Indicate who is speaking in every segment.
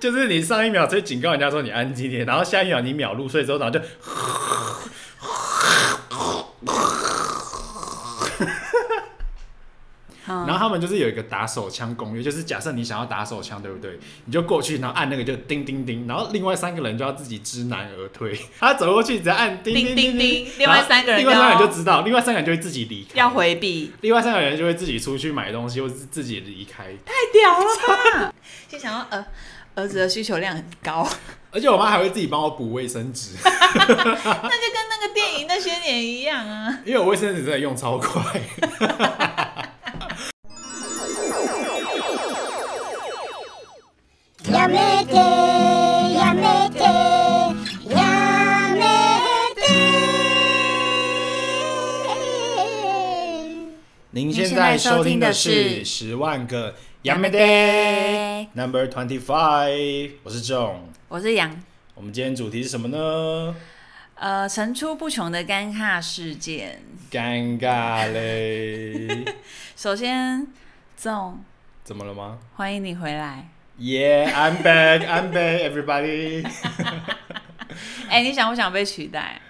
Speaker 1: 就是你上一秒在警告人家说你安静点，然后下一秒你秒入睡之后，然后就，
Speaker 2: 嗯嗯
Speaker 1: 然后他们就是有一个打手枪攻略，就是假设你想要打手枪，对不对？你就过去，然后按那个就叮叮叮，然后另外三个人就要自己知难而退。 他走过去只要按叮叮叮
Speaker 2: 叮叮另外三个人
Speaker 1: 然后另外三个人
Speaker 2: 要
Speaker 1: 就知道，另外三个人就会自己离开，
Speaker 2: 要回避，
Speaker 1: 另外三个人就会自己出去买东西，或是自己离开。
Speaker 2: 太屌 了吧！就想要呃，儿子的需求量很 高，
Speaker 1: 而且我妈还会自己帮我补卫生纸，
Speaker 2: 那就跟那个电影那些年一样啊。
Speaker 1: 因为我卫生纸真的用超快。
Speaker 3: やめてやめてやめて
Speaker 1: 您
Speaker 2: 现
Speaker 1: 现
Speaker 2: 在
Speaker 1: 在
Speaker 2: 收
Speaker 1: 收
Speaker 2: 听
Speaker 1: 听
Speaker 2: 的
Speaker 1: 的是《
Speaker 2: 是
Speaker 1: 十万个 Yamade Number Twenty Five》，我是 John。
Speaker 2: 我是杨，
Speaker 1: 我们今天主题是什么呢？
Speaker 2: 呃，层出不穷的尴尬事件。
Speaker 1: 尴尬 嘞！
Speaker 2: 首先，总
Speaker 1: 怎么了吗
Speaker 2: 欢迎你回 来。
Speaker 1: ？Yeah, I'm back, I'm back, everybody
Speaker 2: 哎、你想不想被取代？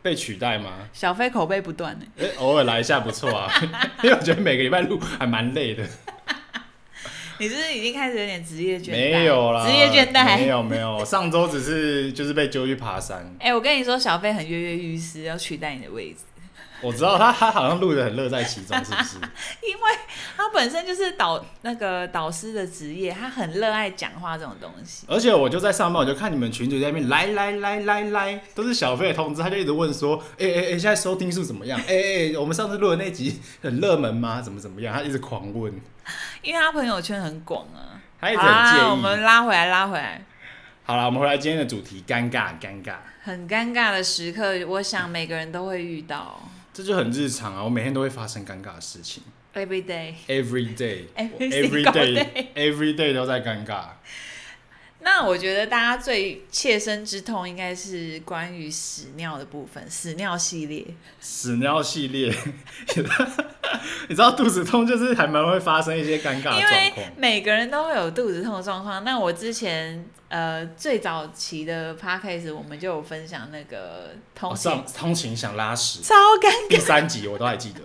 Speaker 1: 被取代 吗？
Speaker 2: 小飞口碑不断呢、欸
Speaker 1: 诶偶尔来一下不错 啊，因为我觉得每个礼拜录还蛮累的。
Speaker 2: 你是不是已经开始有点职业倦怠？
Speaker 1: 没有啦，
Speaker 2: 职业倦怠
Speaker 1: 没。有没有。上周只是就是被揪去爬山，
Speaker 2: 哎、我跟你说，小飞很跃跃欲试，要取代你的位置，
Speaker 1: 我知道他他好像录的很乐在其中，是不是？
Speaker 2: 因为他本身就是导那个导师的职业，他很热爱讲话这种东西。
Speaker 1: 而且我就在上班，我就看你们群主在那边来来来来来，都是小费的通知，他就一直问说，哎哎哎，现在收听数怎么 样？哎、哎、哎我们上次录的那集很热门吗？怎么怎么样？他一直狂问，
Speaker 2: 因为他朋友圈很广啊。
Speaker 1: 他一直
Speaker 2: 好
Speaker 1: 很介意。
Speaker 2: 啦，我们拉回来，拉回来。
Speaker 1: 好了，我们回来今天的主题，尴尬尴尬，
Speaker 2: 很尴尬的时刻，我想每个人都会遇到
Speaker 1: 这就很日常啊，我每天都会发生尴尬的事情
Speaker 2: ，every day。
Speaker 1: ，every day。
Speaker 2: Every
Speaker 1: Every
Speaker 2: single day
Speaker 1: day，every day 都在尴尬。
Speaker 2: 那我觉得大家最切身之痛应该是关于屎尿的部分，屎尿系列。
Speaker 1: 屎尿系列， 你知道肚子痛就是还蛮会发生一些尴尬的
Speaker 2: 因
Speaker 1: 状
Speaker 2: 为
Speaker 1: 况。
Speaker 2: 每个人都会有肚子痛的状况。那我之前呃最早期的 podcast 我们就有分享那个
Speaker 1: 我
Speaker 2: 通勤、
Speaker 1: 哦上通勤想拉屎，
Speaker 2: 超尴尬。
Speaker 1: 第三集我都还记得。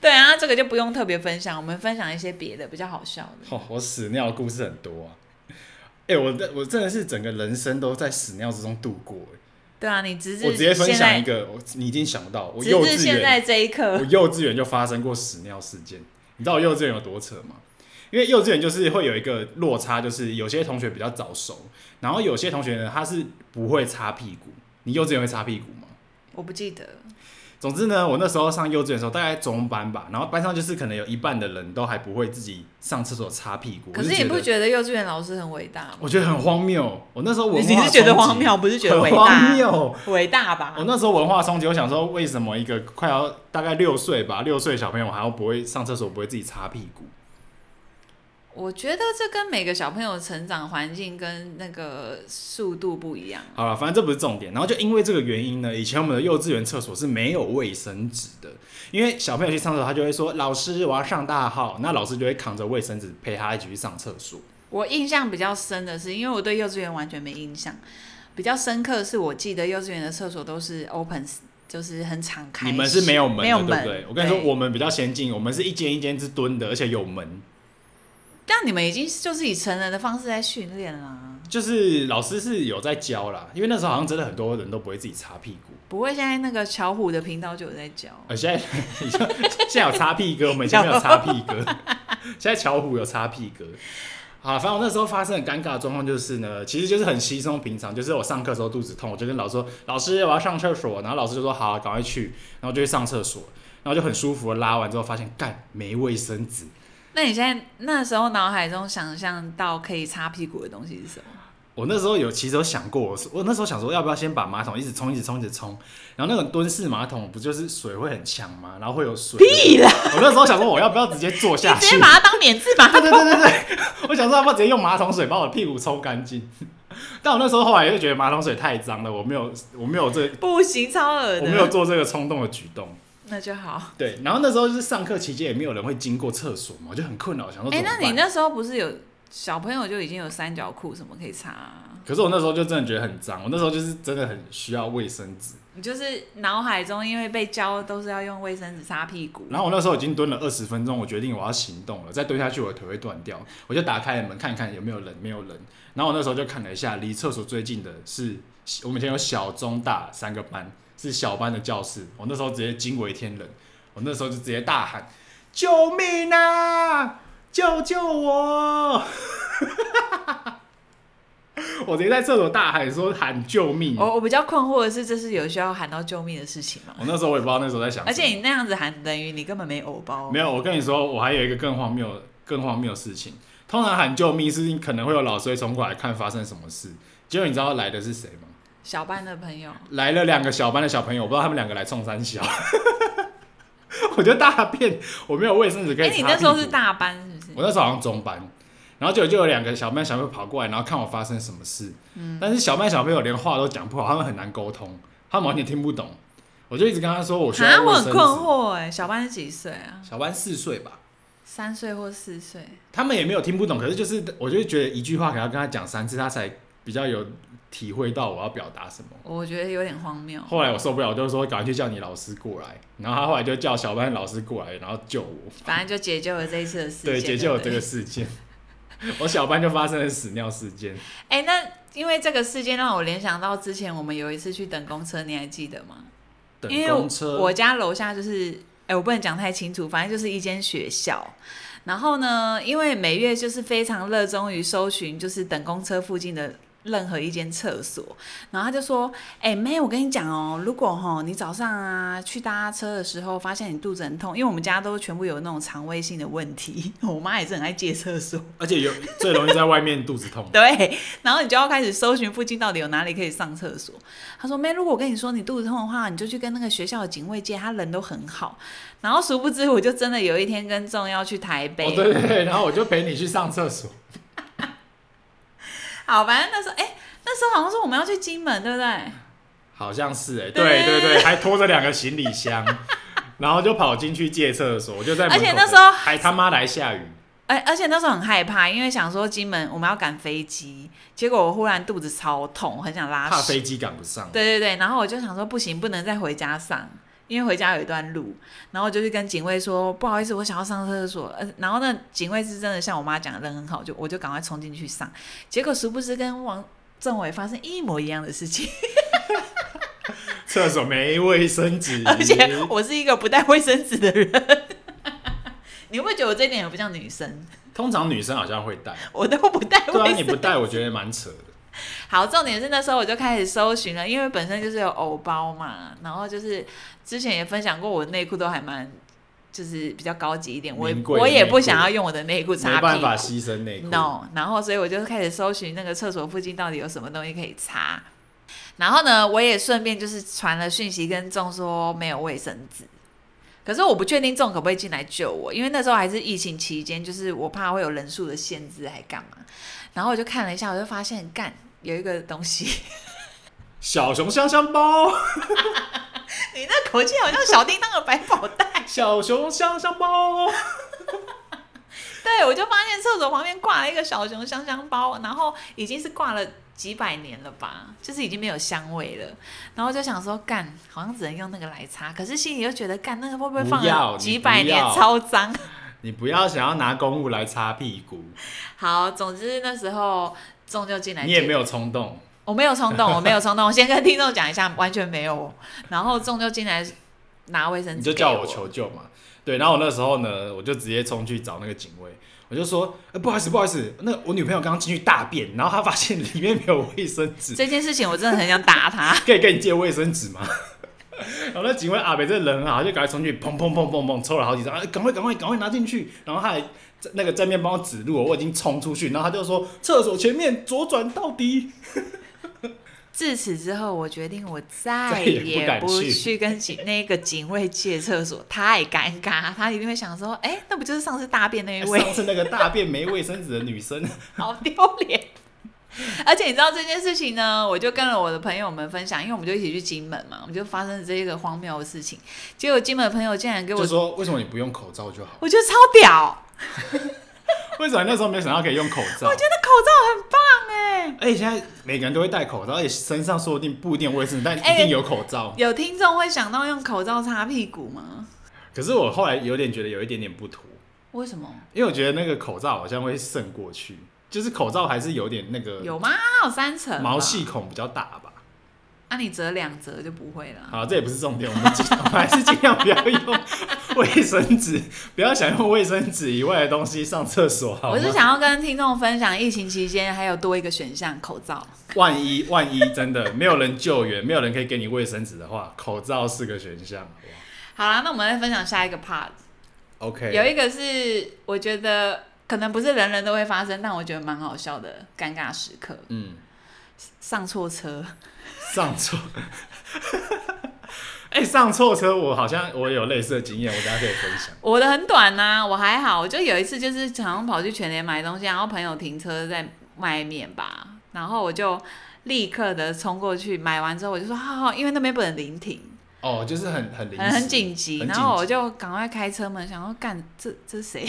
Speaker 2: 对啊，这个就不用特别分享，我们分享一些别的比较好笑 的。
Speaker 1: 哦，我屎尿的故事很多啊。哎、我的我真的是整个人生都在屎尿之中度过、欸。
Speaker 2: 对啊，你直至
Speaker 1: 我直接分
Speaker 2: 现在
Speaker 1: 享一个，我你一定想不到，我
Speaker 2: 直
Speaker 1: 幼
Speaker 2: 至
Speaker 1: 稚
Speaker 2: 现在
Speaker 1: 园，
Speaker 2: 这一
Speaker 1: 我
Speaker 2: 刻，
Speaker 1: 幼稚园就发生过屎尿事件。你知道我幼稚园有多扯吗？因为幼稚园就是会有一个落差，就是有些同学比较早熟，然后有些同学呢他是不会擦屁股。你幼稚园会擦屁股吗？
Speaker 2: 我不记得。
Speaker 1: 总之呢，我那时候上幼稚园的时候，大概中班吧，然后班上就是可能有一半的人都还不会自己上厕所擦屁股。
Speaker 2: 可
Speaker 1: 我
Speaker 2: 是
Speaker 1: 就
Speaker 2: 你
Speaker 1: 觉
Speaker 2: 不
Speaker 1: 得
Speaker 2: 觉得幼稚园老师很伟大吗？
Speaker 1: 我觉得很荒谬。我那时候文化
Speaker 2: 你是觉得
Speaker 1: 冲击
Speaker 2: 荒谬不是觉得伟大
Speaker 1: 很荒谬。 哦
Speaker 2: 伟大吧？
Speaker 1: 我那时候文化冲击，我想说，为什么一个快要大概六岁吧，六岁小朋友还要不会上厕所，不会自己擦屁股？
Speaker 2: 我觉得这跟每个小朋友成长环境跟那个速度不一样。啊
Speaker 1: 好了，反正这不是重点。然后就因为这个原因呢，以前我们的幼稚园厕所是没有卫生纸的，因为小朋友去上厕所，他就会说：“老师，我要上大号。”那老师就会扛着卫生纸陪他一起去上厕所。
Speaker 2: 我印象比较深的是，因为我对幼稚园完全没印象，比较深刻的是我记得幼稚园的厕所都是 open，就是很敞开。
Speaker 1: 你们是没有门的，
Speaker 2: 没有
Speaker 1: 对
Speaker 2: 门。
Speaker 1: 不对？我跟你说，我们比较先进，我们是一间一间是蹲的，而且有门。
Speaker 2: 但你们已经就是以成人的方式在训练啊啦，
Speaker 1: 就是老师是有在教啦，因为那时候好像真的很多人都不会自己擦屁股，
Speaker 2: 不会现在那个巧虎的频道就有在教。
Speaker 1: 呃，现在 现在有擦屁哥，我们以前没有擦屁哥，现在巧虎有擦屁哥。好，反正我那时候发生的尴尬的状况就是呢，其实就是很稀松平常，就是我上课的时候肚子痛，我就跟老师说，老师我要上厕所，然后老师就说好、啊赶快去，然后就去上厕所，然后就很舒服的拉完之后，发现干没卫生纸，
Speaker 2: 那你现在那时候脑海中想象到可以擦屁股的东西是什么？
Speaker 1: 我那时候有其实有想过，我我那时候想说要不要先把马桶一直冲一直冲一直冲，然后那种蹲式马桶不就是水会很强吗？然后会有水。
Speaker 2: 屁啦！
Speaker 1: 我那时候想说我要不要直接坐
Speaker 2: 你
Speaker 1: 下
Speaker 2: 直
Speaker 1: 去
Speaker 2: 接？把它当免治马桶
Speaker 1: 对对对对对，我想说要不要直接用马桶水把我的屁股冲干净？但我那时候后来又觉得马桶水太脏了，我没有我没有这
Speaker 2: 不行，超恶
Speaker 1: 我没有
Speaker 2: 的。
Speaker 1: 做这个冲动的举动。
Speaker 2: 那就好。
Speaker 1: 对，然后那时候就是上课期间也没有人会经过厕所嘛，我就很困扰，想说怎
Speaker 2: 哎、
Speaker 1: 么办？
Speaker 2: 那你那时候不是有小朋友就已经有三角裤什么可以擦啊、
Speaker 1: 可是我那时候就真的觉得很脏，我那时候就是真的很需要卫生纸。
Speaker 2: 你就是脑海中因为被教都是要用卫生纸擦屁股，
Speaker 1: 然后我那时候已经蹲了二十分钟，我决定我要行动了，再蹲下去我的腿会断掉，我就打开门看一看有没有人，没有人。然后我那时候就看了一下，离厕所最近的是我们以前有小、中、大三个班，是小班的教室。我那时候直接惊为天人，我那时候就直接大喊：“救命啊！救救我！” 我直接在厕所大喊说：“喊救命！”
Speaker 2: 我我比较困惑的是，这是有需要喊到救命的事情吗？
Speaker 1: 我那时候我也不知道那时候在想什么，
Speaker 2: 而且你那样子喊，等于你根本没偶包。
Speaker 1: 没有，我跟你说，我还有一个更荒谬、更荒谬的事情。通常喊救命是可能会有老师会冲过来看发生什么事，结果你知道来的是谁吗？
Speaker 2: 小班的朋友，
Speaker 1: 来了两个小班的小朋友，我不知道他们两个来冲三小， 我就大便，我没有卫生纸可
Speaker 2: 哎、
Speaker 1: 以。
Speaker 2: 你那时候是？大班是不是？
Speaker 1: 我那时候好像中班，然后就就有两个小班小朋友跑过来，然后看我发生什么事。
Speaker 2: 嗯
Speaker 1: 但是小班小朋友连话都讲不好，他们很难沟通，他们完全听不懂。我就一直跟他说，我需要
Speaker 2: 啊，
Speaker 1: 卫
Speaker 2: 我
Speaker 1: 生
Speaker 2: 很
Speaker 1: 纸。
Speaker 2: 困惑哎、小班是几岁啊？
Speaker 1: 小班四岁吧。
Speaker 2: 三岁或四岁？
Speaker 1: 他们也没有听不懂，可是就是我就觉得一句话可能要跟他讲三次，他才比较有体会到我要表达什么。
Speaker 2: 我觉得有点荒谬。
Speaker 1: 后来我受不了，我就说赶快去叫你老师过来，然后他后来就叫小班老师过来，然后救我，
Speaker 2: 反正就解救了这一次的事件。
Speaker 1: 对，解救了这
Speaker 2: 对
Speaker 1: 个
Speaker 2: 不对。
Speaker 1: 事件。 我小班就发生了屎尿事件，
Speaker 2: 哎、那因为这个事件让我联想到之前我们有一次去等公车，你还记得吗？
Speaker 1: 等
Speaker 2: 因为
Speaker 1: 公车，
Speaker 2: 我家楼下就是，哎、我不能讲太清楚，反正就是一间学校。然后呢，因为每月就是非常热衷于搜寻，就是等公车附近的任何一间厕所。然后他就说：“哎、妹，我跟你讲哦，如果哈、你早上啊去搭车的时候发现你肚子很痛，因为我们家都全部有那种肠胃性的问题， 我妈也是很爱借厕所。。
Speaker 1: 而且有最容易在外面肚子痛
Speaker 2: 对，然后你就要开始搜寻附近到底有哪里可以上厕所。他说：“妹，如果我跟你说你肚子痛的话，你就去跟那个学校的警卫借，他人都很好。”然后殊不知，我就真的有一天跟仲要去台北。
Speaker 1: 哦，对对对，然后我就陪你去上厕所。
Speaker 2: 好，反正那时候，哎、那时候好像说我们要去金门，对不啊对？
Speaker 1: 好像是哎、
Speaker 2: 对
Speaker 1: 对对对，还拖着两个行李箱，然后就跑进去借厕所，我就在门口
Speaker 2: 而且那时候
Speaker 1: 还他妈来下雨，
Speaker 2: 而而且那时候很害怕，因为想说金门我们要赶飞机，结果我忽然肚子超痛，很想拉
Speaker 1: 怕
Speaker 2: 屎。
Speaker 1: 飞机赶不上。
Speaker 2: 啊对对对，然后我就想说不行，不能再回家上，因为回家有一段路。然后我就去跟警卫说，不好意思，我想要上厕所。呃，然后那警卫是真的像我妈讲的人很好，就我就赶快冲进去上。结果殊不知跟王政委发生一模一样的事情，
Speaker 1: 厕所没卫生纸，
Speaker 2: 而且我是一个不带卫生纸的人。 你会不会觉得我这一点很不像女生？
Speaker 1: 通常女生好像会 带，
Speaker 2: 我都不带卫
Speaker 1: 对啊，
Speaker 2: 生
Speaker 1: 你
Speaker 2: 纸。
Speaker 1: 不带我觉得蛮扯的。
Speaker 2: 好，重点是那时候我就开始搜寻了，因为本身就是有偶包嘛，然后就是之前也分享过，我内裤都还蛮就是比较高级一点，我也
Speaker 1: 名贵的
Speaker 2: 我也
Speaker 1: 内
Speaker 2: 不
Speaker 1: 裤
Speaker 2: 想要用我的内裤擦
Speaker 1: 没办
Speaker 2: 屁
Speaker 1: 法
Speaker 2: 股。
Speaker 1: 牺牲内裤
Speaker 2: No，然后所以我就开始搜寻那个厕所附近到底有什么东西可以擦，然后呢，我也顺便就是传了讯息跟仲说没有卫生纸，可是我不确定仲可不可以进来救我，因为那时候还是疫情期间，就是我怕会有人数的限制，还干嘛？然后我就看了一下，我就发现干有一个东西，
Speaker 1: 小熊香香包，
Speaker 2: 你那口气好像小叮当的百宝袋。
Speaker 1: 小熊香香包，
Speaker 2: 对，我就发现厕所旁边挂了一个小熊香香包，然后已经是挂了几百年了吧，就是已经没有香味了。然后就想说，干，好像只能用那个来擦，可是心里又觉得，干那个会不会放
Speaker 1: 不要
Speaker 2: 了
Speaker 1: 你
Speaker 2: 几
Speaker 1: 不
Speaker 2: 百年
Speaker 1: 要
Speaker 2: 超脏？
Speaker 1: 你不要想要拿公物来擦屁股，
Speaker 2: 好，总之那时候仲就进来，
Speaker 1: 你也没有冲动。
Speaker 2: 我没有冲动，我没有冲动，我先跟听众讲一下，完全没有哦。然后仲就进来拿卫生纸，
Speaker 1: 你就叫
Speaker 2: 我
Speaker 1: 我求救嘛。对，然后我那时候呢，我就直接冲去找那个警卫，我就说、呃不好意思，不好意思，那我女朋友刚刚进去大便，然后她发现里面没有卫生纸，
Speaker 2: 这件事情，我真的很想打他。
Speaker 1: 可以跟你借卫生纸吗？ 然后那警卫阿北这人很好，他就赶快冲去，砰砰砰砰砰抽了好几张，啊赶快赶快赶快拿进去。然后他还在那个正面帮我指路，我已经冲出去，然后他就说厕所前面左转到底。
Speaker 2: 自此之后，我决定我再
Speaker 1: 再也不
Speaker 2: 也
Speaker 1: 敢
Speaker 2: 不
Speaker 1: 去
Speaker 2: 去跟警那个警卫借厕所，太尴尬，他一定会想说，哎、那不就是上次大便那一位
Speaker 1: 哎上，次那个大便没卫生纸的女 生，
Speaker 2: 好丢脸。 而且你知道这件事情呢，我就跟了我的朋友们分享，因为我们就一起去金门嘛，我们就发生了这一个荒谬的事情。结果金门的朋友竟然给我
Speaker 1: 就，说为什么你不用口罩就好？
Speaker 2: 我觉得超屌，
Speaker 1: 为什么那时候没想到可以用口罩？
Speaker 2: 我觉得口罩很棒哎。
Speaker 1: 而且现在每个人都会戴口罩，而且身上说不定不一定有卫生纸，但
Speaker 2: 哎
Speaker 1: 一定有口罩。
Speaker 2: 有听众会想到用口罩擦屁股吗？
Speaker 1: 可是我后来有点觉得有一点点不妥，
Speaker 2: 为什么？
Speaker 1: 因为我觉得那个口罩好像会渗过去，就是口罩还是有点那个
Speaker 2: 有吗？有三层吧
Speaker 1: 呃毛细，孔比较大吧。
Speaker 2: 啊，你折两折就不会了。
Speaker 1: 好，这也不是重点，我们尽我们还是尽量不要用卫生纸，不要想用卫生纸以外的东西上厕所好吗？
Speaker 2: 我是想要跟听众分享，疫情期间还有多一个选项，口罩。
Speaker 1: 万一万一真的没有人救援，没有人可以给你卫生纸的话，口罩是个选项。哇
Speaker 2: 好啦，那我们来分享下一个 part。
Speaker 1: OK，
Speaker 2: 有一个是我觉得可能不是人人都会发生，但我觉得蛮好笑的尴尬时刻，
Speaker 1: 嗯，
Speaker 2: 上错车。
Speaker 1: 上错。 哎、上错车，我好像我有类似的经验，我等下可以分享。
Speaker 2: 我的很短呐、我还好，我就有一次就是好像跑去全联买东西，然后朋友停车在外面吧，然后我就立刻的冲过去，买完之后我就说好好，因为那边不能临停，
Speaker 1: 哦，就是很很临时
Speaker 2: 很很紧急，
Speaker 1: 很
Speaker 2: 然后我
Speaker 1: 紧急
Speaker 2: 就赶快开车门，想说干这这是谁？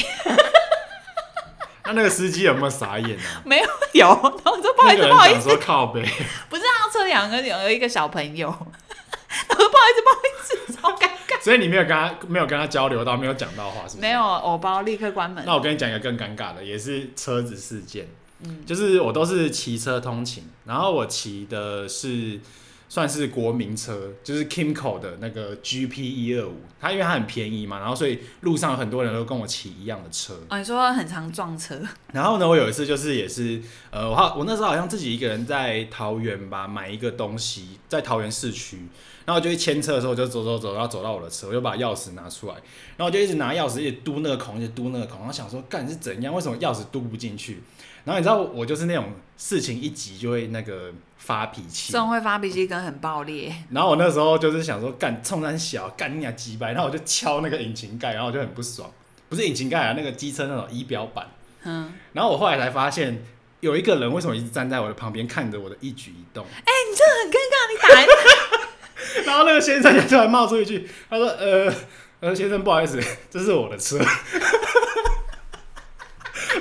Speaker 1: 那那个司机有没有傻眼啊？
Speaker 2: 没有有，然后我 说不好
Speaker 1: 那
Speaker 2: 意
Speaker 1: 个
Speaker 2: 思
Speaker 1: 人
Speaker 2: 不好意
Speaker 1: 想
Speaker 2: 思，
Speaker 1: 说靠背，
Speaker 2: 不是啊，车两个有有一个小朋友， 我说不好意思不好意思，超尴 尬，
Speaker 1: 所以你没有跟他没有跟他交流到，没有讲到话，是不是？
Speaker 2: 没有偶包立刻关门
Speaker 1: 那，我跟你讲一个更尴尬的，也是车子事件。
Speaker 2: 嗯
Speaker 1: 就是我都是骑车通勤，然后我骑的是算是国民车，就是 Kimco 的那个 GP 一二五，它因为它很便宜嘛，然后所以路上有很多人都跟我骑一样的车。
Speaker 2: 哦你说很常撞车，
Speaker 1: 然后呢，我有一次就是也是，呃，我好我那时候好像自己一个人在桃园吧买一个东西，在桃园市区，然后我就去牵车的时候，我就走走走，然后走到我的车，我就把钥匙拿出来，然后我就一直拿钥匙一直嘟那个孔，一直嘟那个孔，然后想说干是怎样，为什么钥匙嘟不进去？然后你知道我我就是那种事情一急就会那个发脾气，
Speaker 2: 这种会发脾气跟很暴烈。
Speaker 1: 然后我那时候就是想说，干冲山小，干你俩鸡掰，然后我就敲那个引擎盖，然后我就很不爽，不是引擎盖啊，那个机车那种仪表板。
Speaker 2: 嗯，
Speaker 1: 然后我后来才发现，有一个人为什么一直站在我的旁边看着我的一举一动，
Speaker 2: 哎、你这很尴尬，你打人家
Speaker 1: 然后那个先生就突然冒出一句，他说：“呃，呃，先生，不好意思，这是我的车。”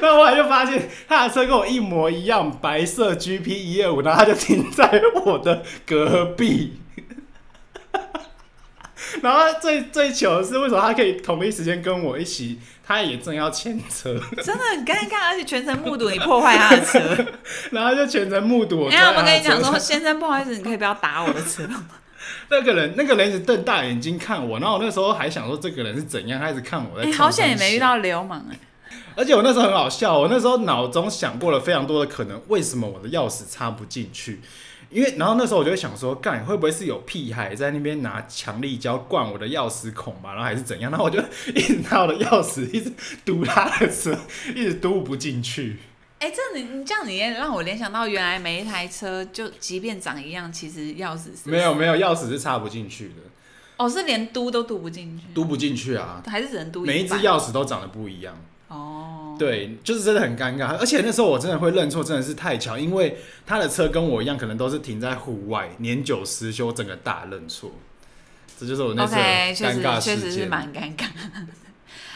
Speaker 1: 那后来就发现他的车跟我一模一样，白色 GP 一二五，然后他就停在我的隔壁。 然后他最最糗的是，为什么他可以同一时间跟我一起？他也正要牵车，
Speaker 2: 真的很尴尬，而且全程目睹你破坏他的车。
Speaker 1: 然后他就全程目 睹我。
Speaker 2: 哎、我们跟你讲说，，先生，不好意思，你可以不要打我的车吗。
Speaker 1: 那个人那个人一直瞪大眼睛看我，然后我那时候还想说这个人是怎样，他一直看我在
Speaker 2: 哎、
Speaker 1: 冲山小。
Speaker 2: 好险也没遇到流氓哎、
Speaker 1: 而且我那时候很好笑，我那时候脑中想过了非常多的可能，为什么我的钥匙插不进去？因为然后那时候我就会想说，干会不会是有屁孩在那边拿强力胶灌我的钥匙孔嘛，然后还是怎样？然后我就一直拿我的钥匙一直堵他的车，一直堵不进去。
Speaker 2: 哎、这你你这样你也让我联想到，原来每一台车就即便长一样，其实钥匙 是
Speaker 1: 没有没有，钥匙是插不进去的，
Speaker 2: 哦，是连嘟都嘟不进去，
Speaker 1: 堵不进去啊。
Speaker 2: 还是只能嘟
Speaker 1: 每一只
Speaker 2: 半
Speaker 1: 钥匙都长得不一样。
Speaker 2: 哦，
Speaker 1: 对，就是真的很尴尬，而且那时候我真的会认错，真的是太巧，因为他的车跟我一样，可能都是停在户外，年久失修，整个大认错，这就是我那次的
Speaker 2: OK，确
Speaker 1: 尴
Speaker 2: 实
Speaker 1: 尬
Speaker 2: 确实
Speaker 1: 事
Speaker 2: 是
Speaker 1: 件。
Speaker 2: 蛮尴尬。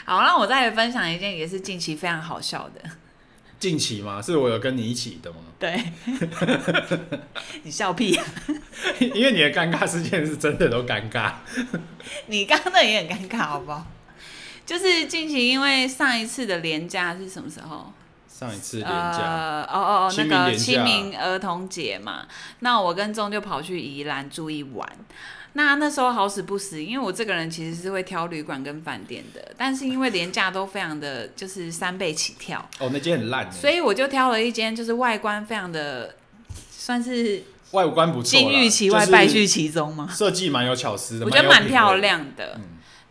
Speaker 2: 好，那我再来分享一件也是近期非常好笑的，
Speaker 1: 近期吗？是我有跟你一起的吗？
Speaker 2: 对，你笑屁、啊，
Speaker 1: 因为你的尴尬事件是真的都尴尬。
Speaker 2: 你刚刚那也很尴尬，好不好？就是近期因为上一次的连假是什么时候？
Speaker 1: 上一次年假，
Speaker 2: 呃，哦哦哦，那
Speaker 1: 清明
Speaker 2: 个
Speaker 1: 连假
Speaker 2: 清明儿童节嘛，那我跟钟就跑去宜兰住一晚。那那时候好死不死，因为我这个人其实是会挑旅馆跟饭店的，但是因为廉价都非常的就是三倍起跳，
Speaker 1: 哦，那间很烂欸，
Speaker 2: 所以我就挑了一间就是外观非常的算是
Speaker 1: 外观不错啦，
Speaker 2: 金玉其外
Speaker 1: 就是
Speaker 2: 败絮其中嘛，
Speaker 1: 设计蛮有巧思的，
Speaker 2: 我觉得
Speaker 1: 有品
Speaker 2: 蛮
Speaker 1: 味
Speaker 2: 漂
Speaker 1: 的。
Speaker 2: 亮的。
Speaker 1: 嗯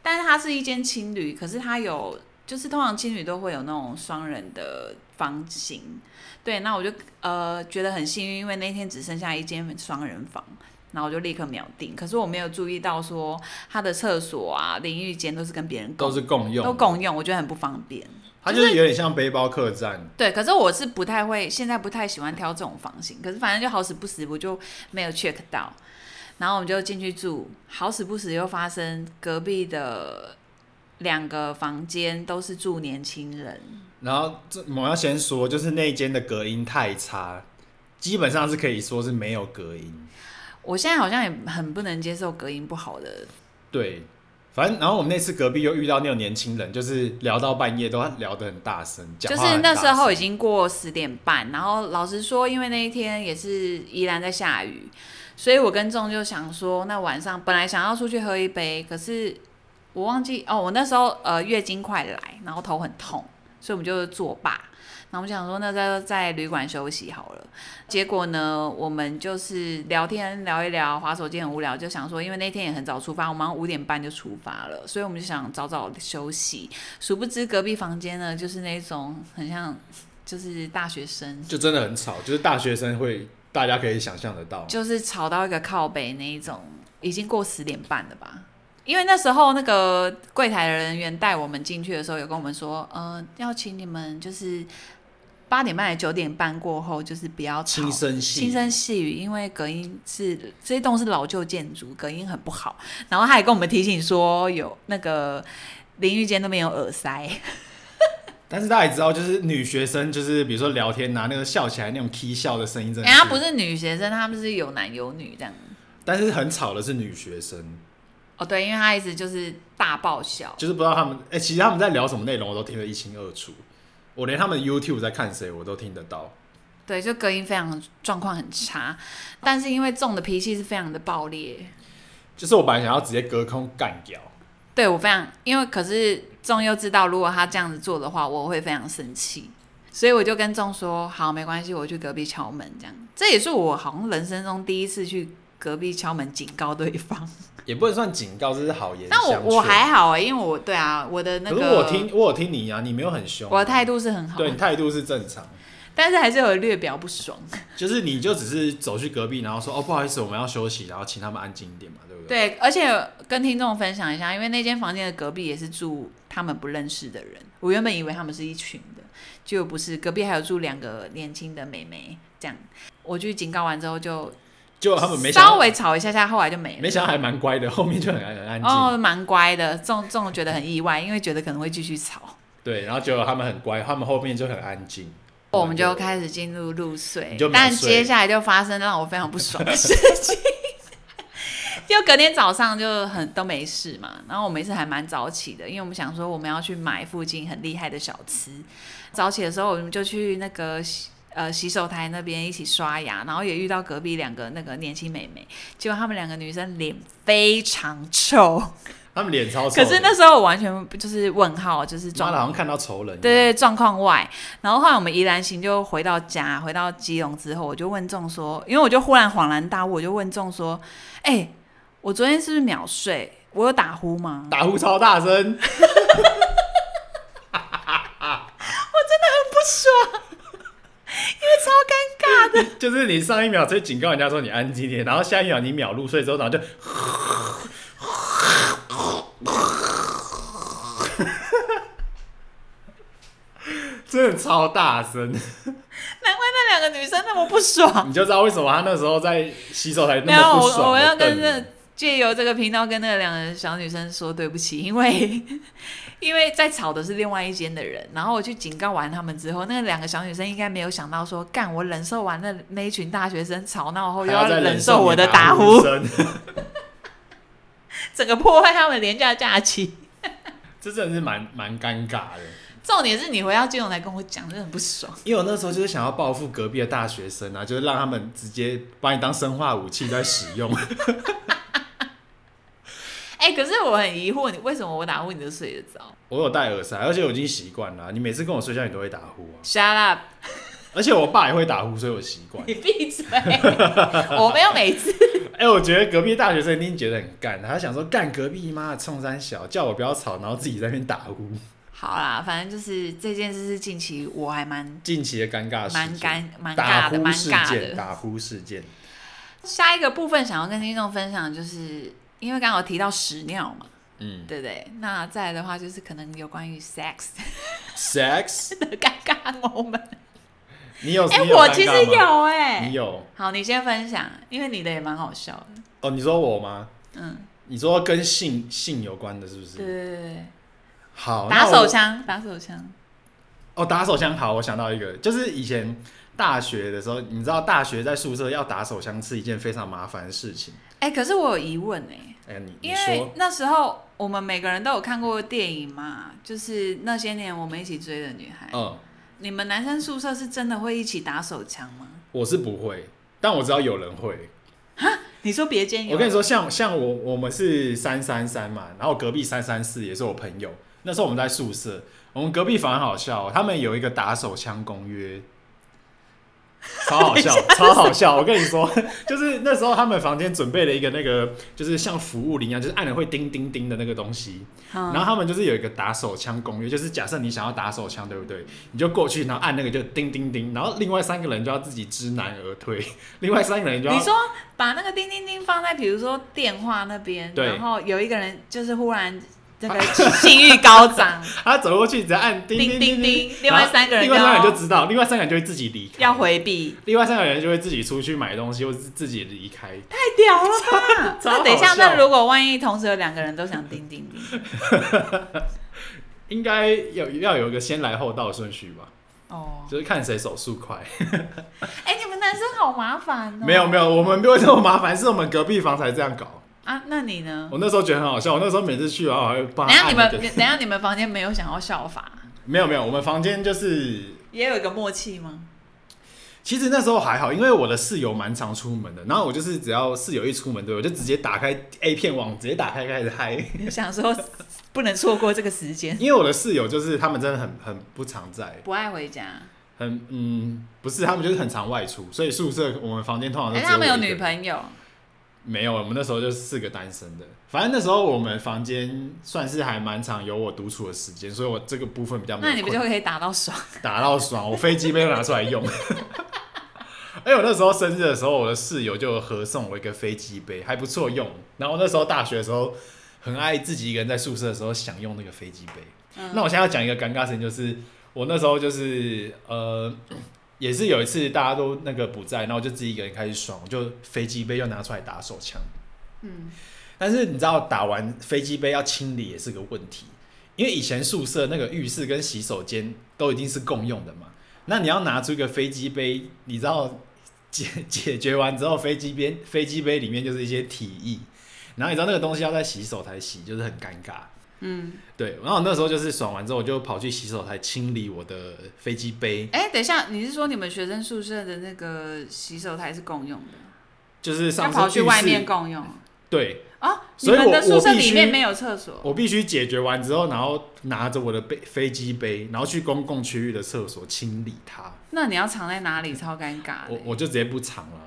Speaker 2: 但是它是一间青旅，可是它有，就是通常青旅都会有那种双人的房型。对，那我就呃觉得很幸运，因为那天只剩下一间双人房，然后我就立刻秒定。可是我没有注意到说它的厕所啊、淋浴间都是跟别人
Speaker 1: 都
Speaker 2: 共
Speaker 1: 是共用，
Speaker 2: 都共用，我觉得很不方便。
Speaker 1: 它就是有点像背包客栈，
Speaker 2: 对，可是我是不太会，现在不太喜欢挑这种房型。可是反正就好死不死，我就没有 check 到，然后我们就进去住，好死不死又发生隔壁的两个房间都是住年轻人，
Speaker 1: 然后这我要先说，就是那一间的隔音太差，基本上是可以说是没有隔音。
Speaker 2: 我现在好像也很不能接受隔音不好的，
Speaker 1: 对，反正然后我们那次隔壁又遇到那种年轻人，就是聊到半夜都聊得很大声，讲
Speaker 2: 就
Speaker 1: 话很
Speaker 2: 是那
Speaker 1: 大
Speaker 2: 时候
Speaker 1: 声
Speaker 2: 已经过十点半，然后老实说，因为那一天也是依然在下雨，所以我跟仲就想说，那晚上本来想要出去喝一杯，可是我忘记哦，我那时候呃月经快来，然后头很痛，所以我们就作罢。然后我们想说，那在在旅馆休息好了。结果呢，我们就是聊天聊一聊，划手机很无聊，就想说，因为那天也很早出发，我们五点半就出发了，所以我们就想早早休息。殊不知隔壁房间呢，就是那种很像就是大学生，
Speaker 1: 就真的很吵，就是大学生会，大家可以想象得到。
Speaker 2: 就是吵到一个靠北那一种，已经过十点半了吧。因为那时候那个柜台的人员带我们进去的时候，有跟我们说，呃，要请你们就是八点半、九点半过后，就是不要吵
Speaker 1: 轻声细
Speaker 2: 轻声细语，因为隔音是这一栋是老旧建筑，隔音很不好。然后他也跟我们提醒说，有那个淋浴间那边有耳塞，
Speaker 1: 但是大家也知道，就是女学生，就是比如说聊天拿那个笑起来那种 k 笑的声音，真的
Speaker 2: 人哎家不，是女学生，他们是有男有女这样。
Speaker 1: 但是很吵的是女学生，
Speaker 2: 哦，对，因为他一直就是大爆笑，
Speaker 1: 就是不知道他们，哎、其实他们在聊什么内容我都听得一清二楚，我连他们 YouTube 在看谁我都听得到。
Speaker 2: 对，就隔音非常状况很差，但是因为重的脾气是非常的暴烈，
Speaker 1: 就是我本来想要直接隔空干掉，
Speaker 2: 对我非常，因为可是仲又知道，如果他这样子做的话，我会非常生气，所以我就跟仲说，好，没关系，我去隔壁敲门，这样，这也是我好像人生中第一次去隔壁敲门警告对方，
Speaker 1: 也不能算警告，这是好言
Speaker 2: 但
Speaker 1: 相
Speaker 2: 我
Speaker 1: 劝。
Speaker 2: 我还好啊、因为我对啊，我的那
Speaker 1: 可是
Speaker 2: 个
Speaker 1: 我听我有听你啊，你没有很凶、
Speaker 2: 我的态，度是很好，
Speaker 1: 对你态度是正常，
Speaker 2: 但是还是有略表不爽。
Speaker 1: 就是你就只是走去隔壁，然后说哦不好意思，我们要休息，然后请他们安静一点嘛，对不对？
Speaker 2: 对，而且跟听众分享一下，因为那间房间的隔壁也是住他们不认识的人。我原本以为他们是一群的，就不是。隔壁还有住两个年轻的妹妹，这样。我去警告完之后就
Speaker 1: 就哦他们没想到
Speaker 2: 稍微吵一下下，后来就没
Speaker 1: 没
Speaker 2: 了。
Speaker 1: 想到还蛮乖的，后面就很安很安静。
Speaker 2: 哦，蛮乖的，仲仲觉得很意外，因为觉得可能会继续吵。
Speaker 1: 对，然后结果他们很乖，他们后面就很安静。
Speaker 2: 哦我们就开始进入入睡
Speaker 1: 你就，秒
Speaker 2: 但
Speaker 1: 睡
Speaker 2: 接下来就发生让我非常不爽的事情。 就隔天早上就很都没事嘛，然后我们也是还蛮早起的，因为我们想说我们要去买附近很厉害的小吃。早起的时候我们就去那个洗呃洗手台那边一起刷牙，然后也遇到隔壁两个那个年轻美眉，结果她们两个女生脸非常 臭，
Speaker 1: 他们脸超臭的，
Speaker 2: 可是那时候我完全不就是问号，就是
Speaker 1: 抓
Speaker 2: 装
Speaker 1: 的好像看到仇人一样。
Speaker 2: 对对，状况外。然后后来我们宜兰行就回到家，回到基隆之后，我就问仲说，因为我就忽然恍然大悟，我就问仲说，哎、我昨天是不是秒睡？我有打呼吗？
Speaker 1: 打呼超大声，
Speaker 2: 超尴尬。
Speaker 1: 就是你上一秒在警告人家说你安静一点，然后下一秒你秒入睡之后，然后就 真的超大声，
Speaker 2: 难怪那两个女生那么不爽。
Speaker 1: 你就知道为什么他那时候在洗手台
Speaker 2: 没
Speaker 1: 那
Speaker 2: 有，
Speaker 1: 么不
Speaker 2: 我
Speaker 1: 爽。
Speaker 2: 我要跟
Speaker 1: 着
Speaker 2: 这借由这个频道跟那两个小女生说对不起， 因为因为在吵的是另外一间的人，然后我去警告完他们之后，那两个小女生应该没有想到说，干我忍受完那那一群大学生吵闹后，又
Speaker 1: 要再
Speaker 2: 忍
Speaker 1: 受
Speaker 2: 受我的
Speaker 1: 打
Speaker 2: 打呼。
Speaker 1: 声，
Speaker 2: 整个破坏他们廉价假期。
Speaker 1: 这真的是蛮蛮尴尬的。
Speaker 2: 重点是你回到基隆来跟我讲，真的很不爽。
Speaker 1: 因为我那时候就是想要报复隔壁的大学生啊，就是让他们直接把你当生化武器在使用。
Speaker 2: 哎、可是我很疑惑，你为什么我打呼你就睡得着
Speaker 1: 我有戴耳塞，而且我已经习惯了啊。你每次跟我睡觉，你都会打呼啊，
Speaker 2: ？Shut up！
Speaker 1: 而且我爸也会打呼，所以我习惯。
Speaker 2: 你 闭嘴！我没有每次。
Speaker 1: 哎、我觉得隔壁大学生一定觉得很干，他想说干隔壁妈的冲山小，叫我不要吵，然后自己在那边打呼。
Speaker 2: 好啦，反正就是这件事是近期我还蛮
Speaker 1: 近期的尴尬事件，
Speaker 2: 蛮尴蛮
Speaker 1: 啊打
Speaker 2: 尬的，
Speaker 1: 呼
Speaker 2: 蛮
Speaker 1: 事
Speaker 2: 尬的
Speaker 1: 件，。打呼事件。
Speaker 2: 下一个部分想要跟听众分享，就是因为刚好提到屎尿嘛，
Speaker 1: 嗯
Speaker 2: 对不对？那再来的话就是可能有关于 sex
Speaker 1: ，sex，
Speaker 2: 的尴尬 moment。
Speaker 1: 你有？
Speaker 2: 哎、
Speaker 1: 你哦有
Speaker 2: 我
Speaker 1: 尴
Speaker 2: 其
Speaker 1: 尬
Speaker 2: 实
Speaker 1: 吗，
Speaker 2: 有哎、
Speaker 1: 你有
Speaker 2: 好，你先分享，因为你的也蛮好笑的。
Speaker 1: 哦？你说我吗？
Speaker 2: 嗯，
Speaker 1: 你说跟性性有关的，是不
Speaker 2: 对
Speaker 1: 是？
Speaker 2: 对对对，
Speaker 1: 好，
Speaker 2: 打
Speaker 1: 那我
Speaker 2: 手枪，打手枪，
Speaker 1: 哦，打手枪好，我想到一个，就是以前大学的时候，你知道大学在宿舍要打手枪是一件非常麻烦的事情。
Speaker 2: 哎、可是我有疑问哎、
Speaker 1: 哎、你你
Speaker 2: 因为
Speaker 1: 说，
Speaker 2: 那时候我们每个人都有看过电影嘛，就是那些年我们一起追的女孩。
Speaker 1: 嗯，
Speaker 2: 你们男生宿舍是真的会一起打手枪吗？
Speaker 1: 我是不会，但我知道有人会。
Speaker 2: 你说别间有？
Speaker 1: 我跟你，说，像像我我们是三三三嘛，然后隔壁三三四也是我朋友。那时候我们在宿舍，我们隔壁房很好笑、哦，他们有一个打手枪公约，超好笑，超好笑。我跟你说， 就是那时候他们房间准备了一个那个，就是像服务铃一样，就是按了会叮叮叮的那个东西。
Speaker 2: 嗯、
Speaker 1: 然后他们就是有一个打手枪公约，就是假设你想要打手枪，对不对？你就过去，然后按那个就叮叮叮，然后另外三个人就要自己知难而退， 另外三个人就要
Speaker 2: 你说把那个叮叮叮放在比如说电话那边，
Speaker 1: 对啊
Speaker 2: 然后有一个人就是忽然这个 性欲高涨，
Speaker 1: 他走过去，只要按叮叮
Speaker 2: 叮
Speaker 1: 叮
Speaker 2: 叮
Speaker 1: 叮，
Speaker 2: 另外三个人
Speaker 1: 然后另外三个人
Speaker 2: 就要
Speaker 1: 就知道，另外三个人就会自己离开，
Speaker 2: 要，回避，
Speaker 1: 另外三个人就会自己出去买东西，或是自己离开。
Speaker 2: 太屌了吧！
Speaker 1: 超
Speaker 2: 那等一下，
Speaker 1: 超好笑
Speaker 2: 那如果万一同时有两个人都想叮叮叮，
Speaker 1: 应该要要有一个先来后到的顺序吧，
Speaker 2: 哦，
Speaker 1: 就是看谁手速快。
Speaker 2: 哎、你们男生好麻烦哦。
Speaker 1: 没有没有，我们不会这么麻烦，是我们隔壁房才这样搞。
Speaker 2: 啊，那你呢？
Speaker 1: 我那时候觉得很好笑，我那时候每次去啊然后我还会帮
Speaker 2: 等一
Speaker 1: 他
Speaker 2: 下
Speaker 1: 按
Speaker 2: 你
Speaker 1: 那
Speaker 2: 们，
Speaker 1: 个。
Speaker 2: 等一下你们房间没有想要效法，
Speaker 1: 没有没有，我们房间就是
Speaker 2: 也有一个默契吗？
Speaker 1: 其实那时候还好，因为我的室友蛮常出门的，然后我就是只要室友一出门，对我就直接打开 A 片网，直接打开开始嗨。
Speaker 2: 就想说不能错过这个时间，
Speaker 1: 因为我的室友就是他们真的很很不常在，
Speaker 2: 不爱回家。
Speaker 1: 很嗯，不是他们就是很常外出，所以宿舍我们房间通常
Speaker 2: 哎、
Speaker 1: 都只
Speaker 2: 他们有
Speaker 1: 我一个
Speaker 2: 女
Speaker 1: 人
Speaker 2: 朋友，
Speaker 1: 哦没有，我们那时候就是四个单身的。反正那时候我们房间算是还蛮常有我独处的时间，所以我这个部分比较没有
Speaker 2: 那你不就
Speaker 1: 困
Speaker 2: 可以打到爽？
Speaker 1: 打到爽，我飞机杯都拿出来用。 哎，我那时候生日的时候，我的室友就合送我一个飞机杯，还不错用。然后那时候大学的时候，很爱自己一个人在宿舍的时候享用那个飞机杯。
Speaker 2: 嗯
Speaker 1: 那我现在要讲一个尴尬事情，就是我那时候就是呃，也是有一次大家都那个不在，然后我就自己一个人开始爽，我就飞机杯又拿出来打手枪。
Speaker 2: 嗯，
Speaker 1: 但是你知道，打完飞机杯要清理也是个问题，因为以前宿舍那个浴室跟洗手间都一定是共用的嘛。那你要拿出一个飞机杯，你知道解 解决完之后，飞机边飞机杯里面就是一些体液，然后你知道那个东西要在洗手台洗，就是很尴尬。
Speaker 2: 嗯，
Speaker 1: 对，然后那时候就是爽完之后，我就跑去洗手台清理我的飞机杯，
Speaker 2: 哎、等一下，你是说你们学生宿舍的那个洗手台是共用的，
Speaker 1: 就是
Speaker 2: 要
Speaker 1: 上次
Speaker 2: 跑去
Speaker 1: 浴
Speaker 2: 外
Speaker 1: 室
Speaker 2: 面共用
Speaker 1: 对，
Speaker 2: 哦？你
Speaker 1: 所以
Speaker 2: 们的
Speaker 1: 我
Speaker 2: 宿
Speaker 1: 我
Speaker 2: 舍
Speaker 1: 必
Speaker 2: 里
Speaker 1: 须
Speaker 2: 面没有厕所？
Speaker 1: 我必须解决完之后，然后拿着我的杯飞机杯，然后去公共区域的厕所清理它。
Speaker 2: 那你要藏在哪里？超尴尬
Speaker 1: 我
Speaker 2: 的。
Speaker 1: 我就直接不藏了。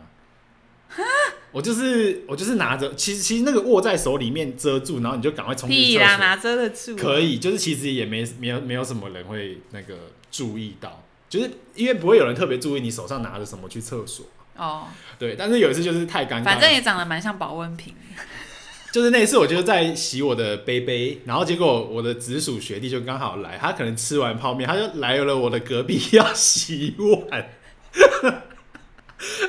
Speaker 1: 我就是我就是拿着，其实其实那个握在手里面遮住，然后你就赶快冲进
Speaker 2: 屁
Speaker 1: 厕
Speaker 2: 啦，
Speaker 1: 所。
Speaker 2: 哪遮得住？
Speaker 1: 可以，就是其实也没没有没有什么人会那个注意到，就是因为不会有人特别注意你手上拿着什么去厕所。
Speaker 2: 哦，
Speaker 1: 对，但是有一次就是太尴尬了，
Speaker 2: 反正也长得蛮像保温瓶。
Speaker 1: 就是那一次，我就在洗我的杯杯，然后结果我的直属学弟就刚好来，他可能吃完泡面，他就来了我的隔壁 要洗碗，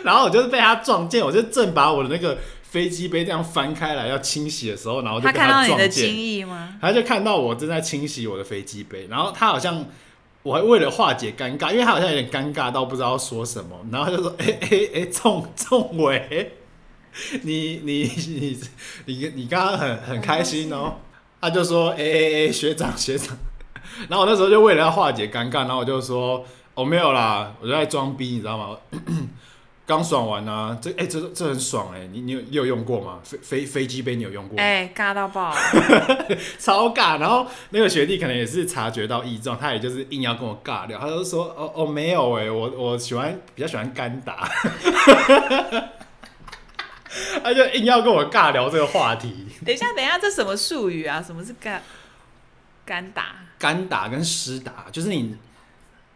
Speaker 1: 然后我就是被他撞见，我就正把我的那个飞机杯这样翻开来要清洗的时候，然后我就
Speaker 2: 他
Speaker 1: 被
Speaker 2: 看到你的
Speaker 1: 撞
Speaker 2: 精
Speaker 1: 见，
Speaker 2: 液吗？
Speaker 1: 他就看到我正在清洗我的飞机杯，然后他好像。我还为了化解尴尬，因为他好像有点尴尬到不知道说什么，然后他就说：“哎哎哎，仲仲伟，你你你你你刚刚很很开心哦。”他就说：“哎哎哎，学长学长。”然后我那时候就为了要化解尴尬，然后我就说：“哦没有啦，我就在装逼，你知道吗？刚爽完啊，这哎、这这很爽哎、你你有你有用过吗？飞飞飞机杯你有用过吗？
Speaker 2: 哎、尬到爆！
Speaker 1: 超尬。然后那个学弟可能也是察觉到异状，他也就是硬要跟我尬聊，他就说：“哦哦，没有哎、我我喜欢比较喜欢干打。” 他就硬要跟我尬聊这个话题，
Speaker 2: 等一下，等一下，这什么术语啊？什么是干干打？
Speaker 1: 干打跟湿打，就是你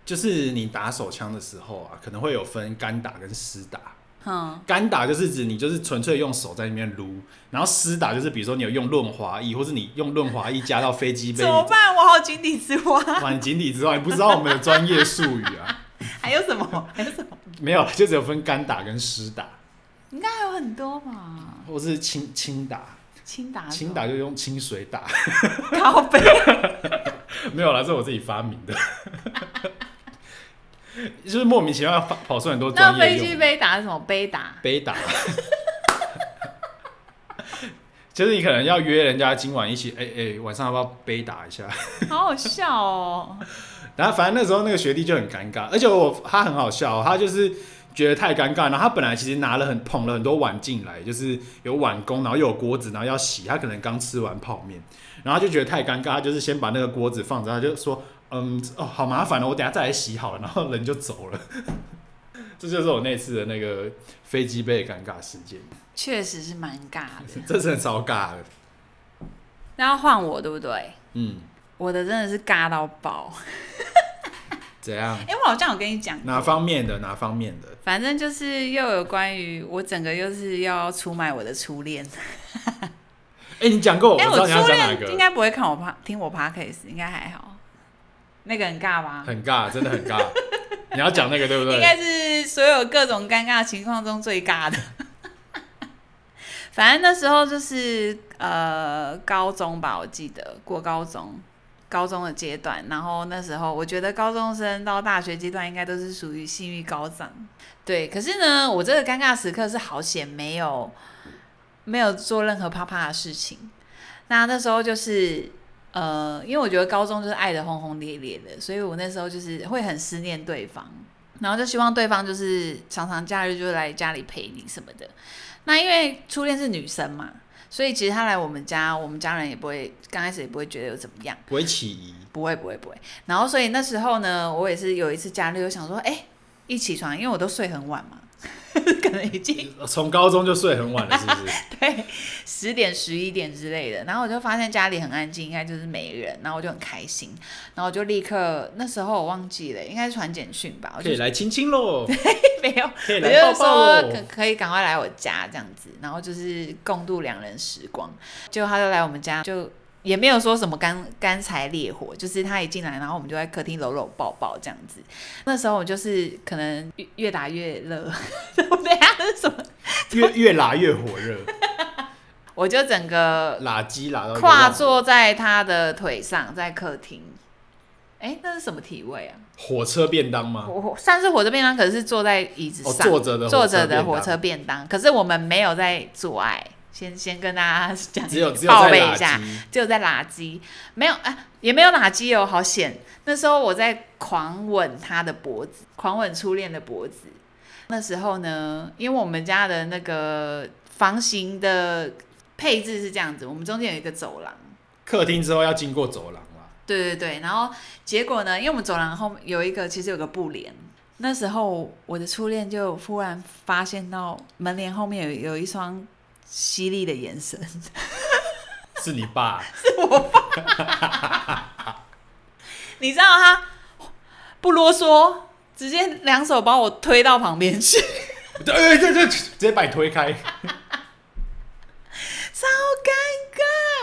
Speaker 1: 就是你打手枪的时候啊，可能会有分干打跟湿打。
Speaker 2: 嗯，
Speaker 1: 干打就是指你就是纯粹用手在里面撸，然后湿打就是比如说你有用润滑液，或是你用润滑液加到飞机杯
Speaker 2: 怎
Speaker 1: 里
Speaker 2: 么办？我好井底之蛙，
Speaker 1: 往井底之蛙，你不知道我们的专业术语啊？
Speaker 2: 还有什么？ 还有什么？
Speaker 1: 没有，就只有分干打跟湿打，
Speaker 2: 哦应该还有很多嘛。
Speaker 1: 或是轻轻
Speaker 2: 啊
Speaker 1: 打，
Speaker 2: 轻打，
Speaker 1: 轻打就用清水打，
Speaker 2: 靠背。
Speaker 1: 没有啦，这我自己发明的。 就是莫名其妙跑跑出很多
Speaker 2: 那
Speaker 1: 专业
Speaker 2: 飞
Speaker 1: 用
Speaker 2: 机
Speaker 1: 语
Speaker 2: 杯打是什么杯打？
Speaker 1: 背打， 就是你可能要约人家今晚一起，哎、哎、晚上要不要背打一下？
Speaker 2: 好好笑哦！
Speaker 1: 然后反正那时候那个学弟就很尴尬，而且我他很好笑哦、他就是觉得太尴尬，然后他本来其实拿了很捧了很多碗进来，就是有碗工，然后又有锅子，然后要洗，他可能刚吃完泡面，然后他就觉得太尴尬，他就是先把那个锅子放着，他就说嗯哦好麻烦哦，我等下再来洗好了，然后人就走了。 这就是我那次的那个飞机杯的尴尬事件，
Speaker 2: 确实是蛮尬的。
Speaker 1: 这真的超尬的。
Speaker 2: 那要换我对不对？
Speaker 1: 嗯，
Speaker 2: 我的真的是尬到爆。
Speaker 1: 怎样？
Speaker 2: 哎、我好像有跟你讲过
Speaker 1: 哪方面的？哪方面的？
Speaker 2: 反正就是又有关于我整个又是要出卖我的初恋。
Speaker 1: 哎、你讲过，我
Speaker 2: 哎、
Speaker 1: 知
Speaker 2: 哦我
Speaker 1: 道你要
Speaker 2: 初
Speaker 1: 讲哪
Speaker 2: 恋应
Speaker 1: 个，
Speaker 2: 该不会看我趴听我 podcast，应该还好。那个很尬吧？
Speaker 1: 很尬，真的很尬。你要讲那个对不对？
Speaker 2: 应该是所有各种尴尬情况中最尬的。反正那时候就是呃高中吧，我记得过高中，高中的阶段。然后那时候我觉得高中生到大学阶段应该都是属于性欲高涨，对。可是呢，我这个尴尬时刻是好险没有没有做任何啪啪的事情。那那时候就是呃，因为我觉得高中就是爱的轰轰烈烈的，所以我那时候就是会很思念对方，然后就希望对方就是常常假日就来家里陪你什么的。那因为初恋是女生嘛，所以其实她来我们家，我们家人也不会刚开始也不会觉得有怎么样。
Speaker 1: 不会起疑，
Speaker 2: 不会不会不会。然后所以那时候呢，我也是有一次假日，我想说，哎，一起床，因为我都睡很晚嘛，可能已经
Speaker 1: 从高中就睡很晚了，是不是？
Speaker 2: 对，十点、十一点之类的。然后我就发现家里很安静，应该就是没人，然后我就很开心，然后我就立刻那时候我忘记了，应该是传简讯吧，我
Speaker 1: 可
Speaker 2: 就
Speaker 1: 以来亲亲喽，
Speaker 2: 没有，
Speaker 1: 可以
Speaker 2: 我
Speaker 1: 来
Speaker 2: 就
Speaker 1: 抱
Speaker 2: 是
Speaker 1: 抱
Speaker 2: 说
Speaker 1: 喽
Speaker 2: 可。可以赶快来我家这样子，然后就是共度两人时光。结果他就来我们家，就也没有说什么干干柴烈火，就是他一进来，然后我们就在客厅搂搂抱抱这样子。那时候我就是可能越越打越热， 我等一下是什么？
Speaker 1: 越越拉越火热，
Speaker 2: 我就整个
Speaker 1: 拉鸡拉到一个
Speaker 2: 跨
Speaker 1: 忘了
Speaker 2: 坐在他的腿上，在客厅。哎，那是什么体位啊？
Speaker 1: 火车便当吗？
Speaker 2: 我我算是火车便当，可是坐在椅子上，
Speaker 1: 哦坐着的火车
Speaker 2: 坐着的
Speaker 1: 便当
Speaker 2: 火车便当。可是我们没有在做爱，先先跟大家讲，
Speaker 1: 只有只有
Speaker 2: 报
Speaker 1: 在
Speaker 2: 备
Speaker 1: 拉
Speaker 2: 一
Speaker 1: 鸡
Speaker 2: 下，，只有在拉鸡，没有啊，也没有拉鸡哦，好险！那时候我在狂吻他的脖子，狂吻初恋的脖子。那时候呢，因为我们家的那个房型的配置是这样子，我们中间有一个走廊。
Speaker 1: 客厅之后要经过走廊嘛，
Speaker 2: 对对对，然后结果呢？因为我们走廊后面有一个，其实有个布帘。那时候我的初恋就忽然发现到门帘后面有有一双犀利的眼神，
Speaker 1: 是你爸，
Speaker 2: 你知道他不啰嗦，直接两手把我推到旁边去，
Speaker 1: 对对对对，直接把你推开，
Speaker 2: 超尴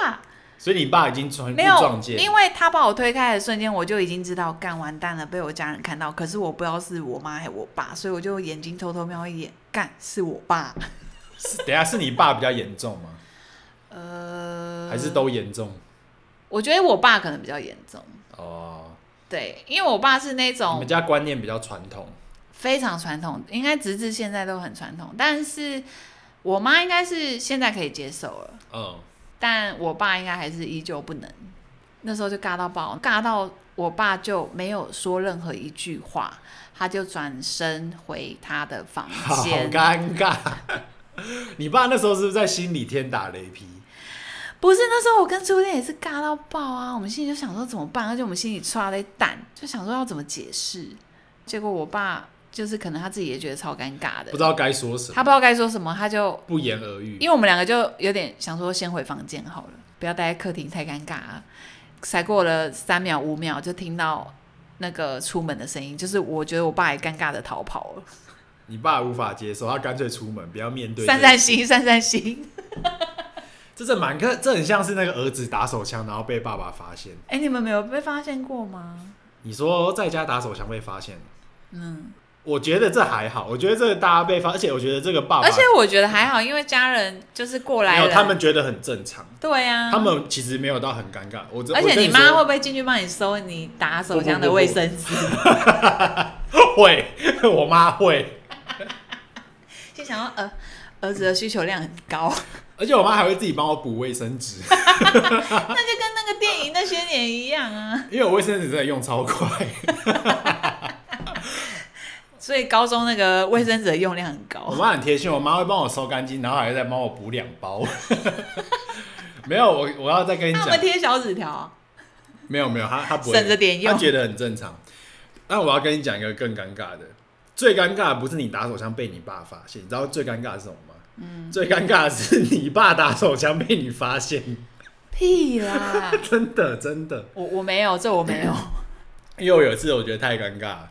Speaker 2: 尬。
Speaker 1: 所以你爸已经撞
Speaker 2: 没
Speaker 1: 撞
Speaker 2: 有，
Speaker 1: 见，
Speaker 2: 因为他把我推开的瞬间，我就已经知道干完蛋了，被我家人看到。可是我不知道是我妈还是我爸，所以我就眼睛偷偷瞄一眼，干是我爸。
Speaker 1: 是等一下是你爸比较严重吗？
Speaker 2: 呃，
Speaker 1: 还是都严重？
Speaker 2: 我觉得我爸可能比较严重，
Speaker 1: 哦，
Speaker 2: 对，因为我爸是那
Speaker 1: 你
Speaker 2: 种
Speaker 1: 们家观念比较传统，
Speaker 2: 非常传统，应该直至现在都很传统，但是我妈应该是现在可以接受了，
Speaker 1: 嗯，
Speaker 2: 但我爸应该还是依旧不能。那时候就尬到爆，尬到我爸就没有说任何一句话，他就转身回他的房
Speaker 1: 好
Speaker 2: 间。
Speaker 1: 尴尬。你爸那时候是不是在心里天打雷劈？
Speaker 2: 不是那时候我跟初恋也是尬到爆啊，我们心里就想说怎么办，而且我们心里刷了一蛋，就想说要怎么解释。结果我爸就是可能他自己也觉得超尴尬的
Speaker 1: 不，知道该说什
Speaker 2: 他
Speaker 1: 么，
Speaker 2: 不知道该说什么，他就
Speaker 1: 不言而喻
Speaker 2: 因。为我们两个就有点想说先回房间好了，不要待在客厅太尴尬了。才过了三秒五秒，就听到那个出门的声音，就是我觉得我爸也尴尬的逃跑了，
Speaker 1: 你爸无法接受，他干脆出门，不要面对这。
Speaker 2: 散散心，散散心。
Speaker 1: 这是蛮个，这很像是那个儿子打手枪，然后被爸爸发现。
Speaker 2: 哎、你们没有被发现过吗？
Speaker 1: 你说在家打手枪被发现，
Speaker 2: 嗯，
Speaker 1: 我觉得这还好，我觉得这个大家被发，而且我觉得这个爸爸，
Speaker 2: 而且我觉得还好，因为家人就是过来
Speaker 1: 没有
Speaker 2: 人，
Speaker 1: 他们觉得很正常，
Speaker 2: 对呀、
Speaker 1: 他们其实没有到很尴尬。我这
Speaker 2: 而且
Speaker 1: 我跟
Speaker 2: 你
Speaker 1: 你
Speaker 2: 妈会不
Speaker 1: 说
Speaker 2: 会进去帮你收你打手
Speaker 1: 不不
Speaker 2: 枪的
Speaker 1: 不
Speaker 2: 卫生纸？
Speaker 1: 会，我妈会，
Speaker 2: 就想要呃，儿子的需求量很 高，
Speaker 1: 而且我妈还会自己帮我补卫生纸，
Speaker 2: 那就跟那个电影那些年一样啊。
Speaker 1: 因为我卫生纸真的用超快。
Speaker 2: 所以高中那个卫生纸的用量很
Speaker 1: 我
Speaker 2: 高，
Speaker 1: 妈很贴心，我妈会帮我收干净，然后还会再帮我补两包。 没有，我我要再跟你
Speaker 2: 啊那
Speaker 1: 讲
Speaker 2: 我们，贴小纸条，
Speaker 1: 没有没有，她她不会
Speaker 2: 省着点用
Speaker 1: 她觉得很正常。但我要跟你讲一个更尴尬的，最尴尬的不是你打手枪被你爸发现，你知道最尴尬的是什么吗？嗯，最尴尬的是你爸打手枪被你发现，
Speaker 2: 屁啦！
Speaker 1: 真的真的。
Speaker 2: 我我没有，这我没有。
Speaker 1: 因为我有一次我觉得太尴尬了，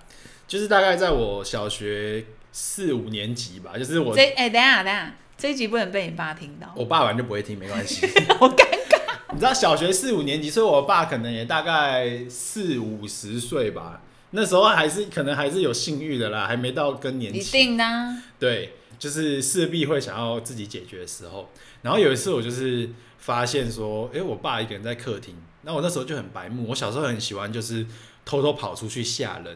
Speaker 1: 就是大概在我小学四五年级吧，就是我
Speaker 2: 这哎、等一下等一下，这一集不能被你爸听到，
Speaker 1: 我爸完全不会听，没关系。
Speaker 2: 好尴尬。
Speaker 1: 你知道小学四五年级，所以我爸可能也大概四五十岁吧，那时候还是可能还是有性欲的啦，还没到更年
Speaker 2: 一
Speaker 1: 期。
Speaker 2: 定啊 呢、
Speaker 1: 对，就是势必会想要自己解决的时候。然后有一次我就是发现说，诶、我爸一个人在客厅，那我那时候就很白目，我小时候很喜欢就是偷偷跑出去吓 人，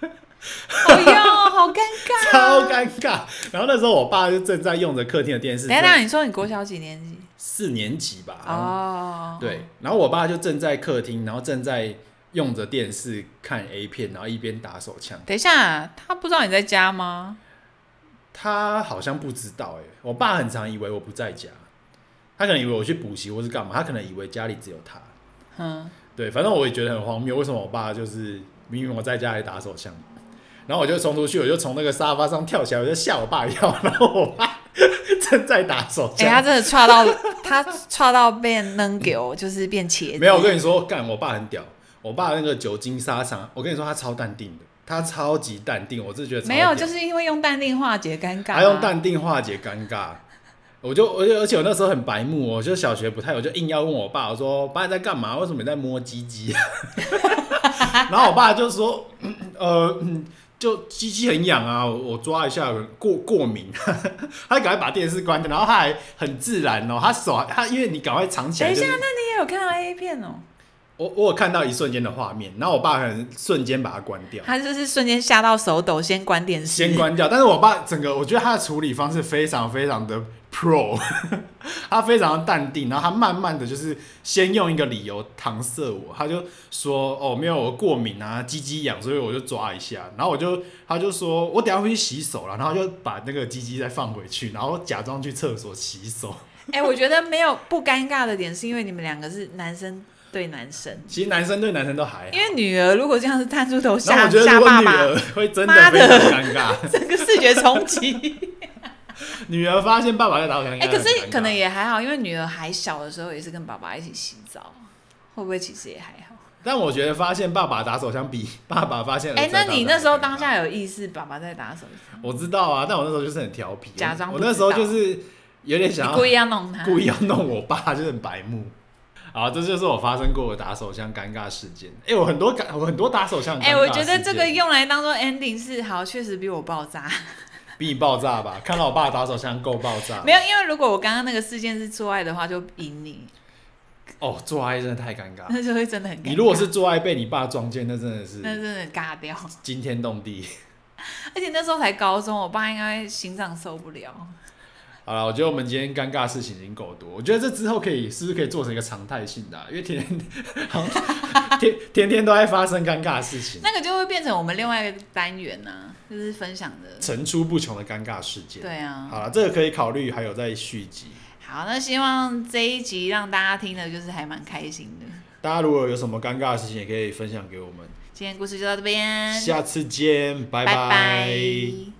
Speaker 2: 哎呦，好尴尬、啊
Speaker 1: 超尴尬。然后那时候我爸就正在用着客厅的电视，
Speaker 2: 等一下，等一下，你说你国小几年级？
Speaker 1: 四年级吧，
Speaker 2: 哦，
Speaker 1: 对，，然后我爸就正在客厅，然后正在用着电视看 A 片，然后一边打手枪。
Speaker 2: 等一下，他不知道你在家吗？
Speaker 1: 他好像不知道哎、我爸很常以为我不在家，他可能以为我去补习或是干嘛，他可能以为家里只有他。
Speaker 2: 嗯，
Speaker 1: 对，反正我也觉得很荒谬，为什么我爸就是明明我在家里打手枪，然后我就冲出去，我就从那个沙发上跳起来，我就吓我爸一跳， 然后我爸正在打手
Speaker 2: 哎、
Speaker 1: 枪。
Speaker 2: 他真的踹到 他踹到变扔给我，就是变茄子。
Speaker 1: 没有，我跟你说，干，我爸很屌，我爸那个酒精沙场，我跟你说他超淡定的，他超级淡定，我是觉得超
Speaker 2: 没
Speaker 1: 屌
Speaker 2: 有，就是因为用淡定化解尴尬、啊。
Speaker 1: 他用淡定化解尴尬。我就而且而且我那时候很白目哦，我就小学不太，我就硬要问我爸，我说爸你在干嘛？为什么你在摸鸡鸡？ 然后我爸就说，嗯呃，嗯就鸡鸡很痒啊，我我抓一下过过敏。 他赶快把电视关掉，然后他还很自然哦，他手还他因为你赶快藏起
Speaker 2: 等
Speaker 1: 来、
Speaker 2: 一
Speaker 1: 就
Speaker 2: 下，
Speaker 1: 是。
Speaker 2: 那你也有看到 A 片哦？
Speaker 1: 我我有看到一瞬间的画面，然后我爸很瞬间把它关掉，
Speaker 2: 他就是瞬间吓到手抖，先关电视。
Speaker 1: 先关掉。但是我爸整个，我觉得他的处理方式非常非常的 pro，他非常的淡定，然后他慢慢的就是先用一个理由搪塞我，他就说哦没有我过敏啊，鸡鸡痒，所以我就抓一下，然后我就他就说我等一下回去洗手了，然后就把那个鸡鸡再放回去，然后假装去厕所洗手。
Speaker 2: 哎、我觉得没有不尴尬的点，是因为你们两个是男生对男生，
Speaker 1: 其实男生对男生都还好
Speaker 2: 因，为女儿如果这样子探出头
Speaker 1: 然后
Speaker 2: 吓
Speaker 1: 我觉得
Speaker 2: 吓
Speaker 1: 如果
Speaker 2: 爸
Speaker 1: 女儿
Speaker 2: 爸，
Speaker 1: 会真的
Speaker 2: 妈
Speaker 1: 非
Speaker 2: 的
Speaker 1: 常尴尬。
Speaker 2: 整个视觉冲击。
Speaker 1: 女儿发现爸爸在打手枪，应 该
Speaker 2: 哎、可
Speaker 1: 很尴
Speaker 2: 是
Speaker 1: 尬
Speaker 2: 可能，也还好，因为女儿还小的时候也是跟爸爸一起洗澡，会不会其实也还好？
Speaker 1: 但我觉得发现爸爸打手枪比爸爸发现儿子
Speaker 2: 哎、
Speaker 1: 在打手
Speaker 2: 那
Speaker 1: 枪
Speaker 2: 你那时候
Speaker 1: 更
Speaker 2: 当
Speaker 1: 尴尬
Speaker 2: 下有意识爸爸在打手枪，
Speaker 1: 我知道啊，但我那时候就是很调皮，
Speaker 2: 假装
Speaker 1: 我
Speaker 2: 不
Speaker 1: 那时候
Speaker 2: 知道
Speaker 1: 就是有点想
Speaker 2: 你
Speaker 1: 要
Speaker 2: 故意啊要弄他？
Speaker 1: 故意要弄我爸，就是很白目。好，这就是我发生过的打手枪尴尬事件。哎、我很多感，我很多打手枪很尴尬
Speaker 2: 哎、
Speaker 1: 的
Speaker 2: 我觉得
Speaker 1: 事件
Speaker 2: 这个用来当做 ending 是好，确实比我爆炸。
Speaker 1: 必爆炸吧？看到我爸打手枪够爆炸，
Speaker 2: 没有，因为如果我刚刚那个事件是做爱的话，就赢你，
Speaker 1: 哦，做爱真的太尴尬。
Speaker 2: 那就会真的很尴尬。
Speaker 1: 你如果是做爱被你爸撞见，那真的
Speaker 2: 那
Speaker 1: 是
Speaker 2: 真的尬掉，
Speaker 1: 惊天动地。
Speaker 2: 而且那时候才高中，我爸应该心脏受不了。
Speaker 1: 好了，我觉得我们今天尴尬的事情已经够多，我觉得这之后可以是不是可以做成一个常态性的啊、因为天天好像天天天都在发生尴尬的事情，
Speaker 2: 那个就会变成我们另外一个单元呢、就是分享的。
Speaker 1: 层出不穷的尴尬事件。
Speaker 2: 对啊，
Speaker 1: 好了，这个可以考虑，还有再续集。
Speaker 2: 好，那希望这一集让大家听的就是还蛮开心的。
Speaker 1: 大家如果有什么尴尬的事情，也可以分享给我们。
Speaker 2: 今天故事就到这边，
Speaker 1: 下次见，拜
Speaker 2: 嗯拜拜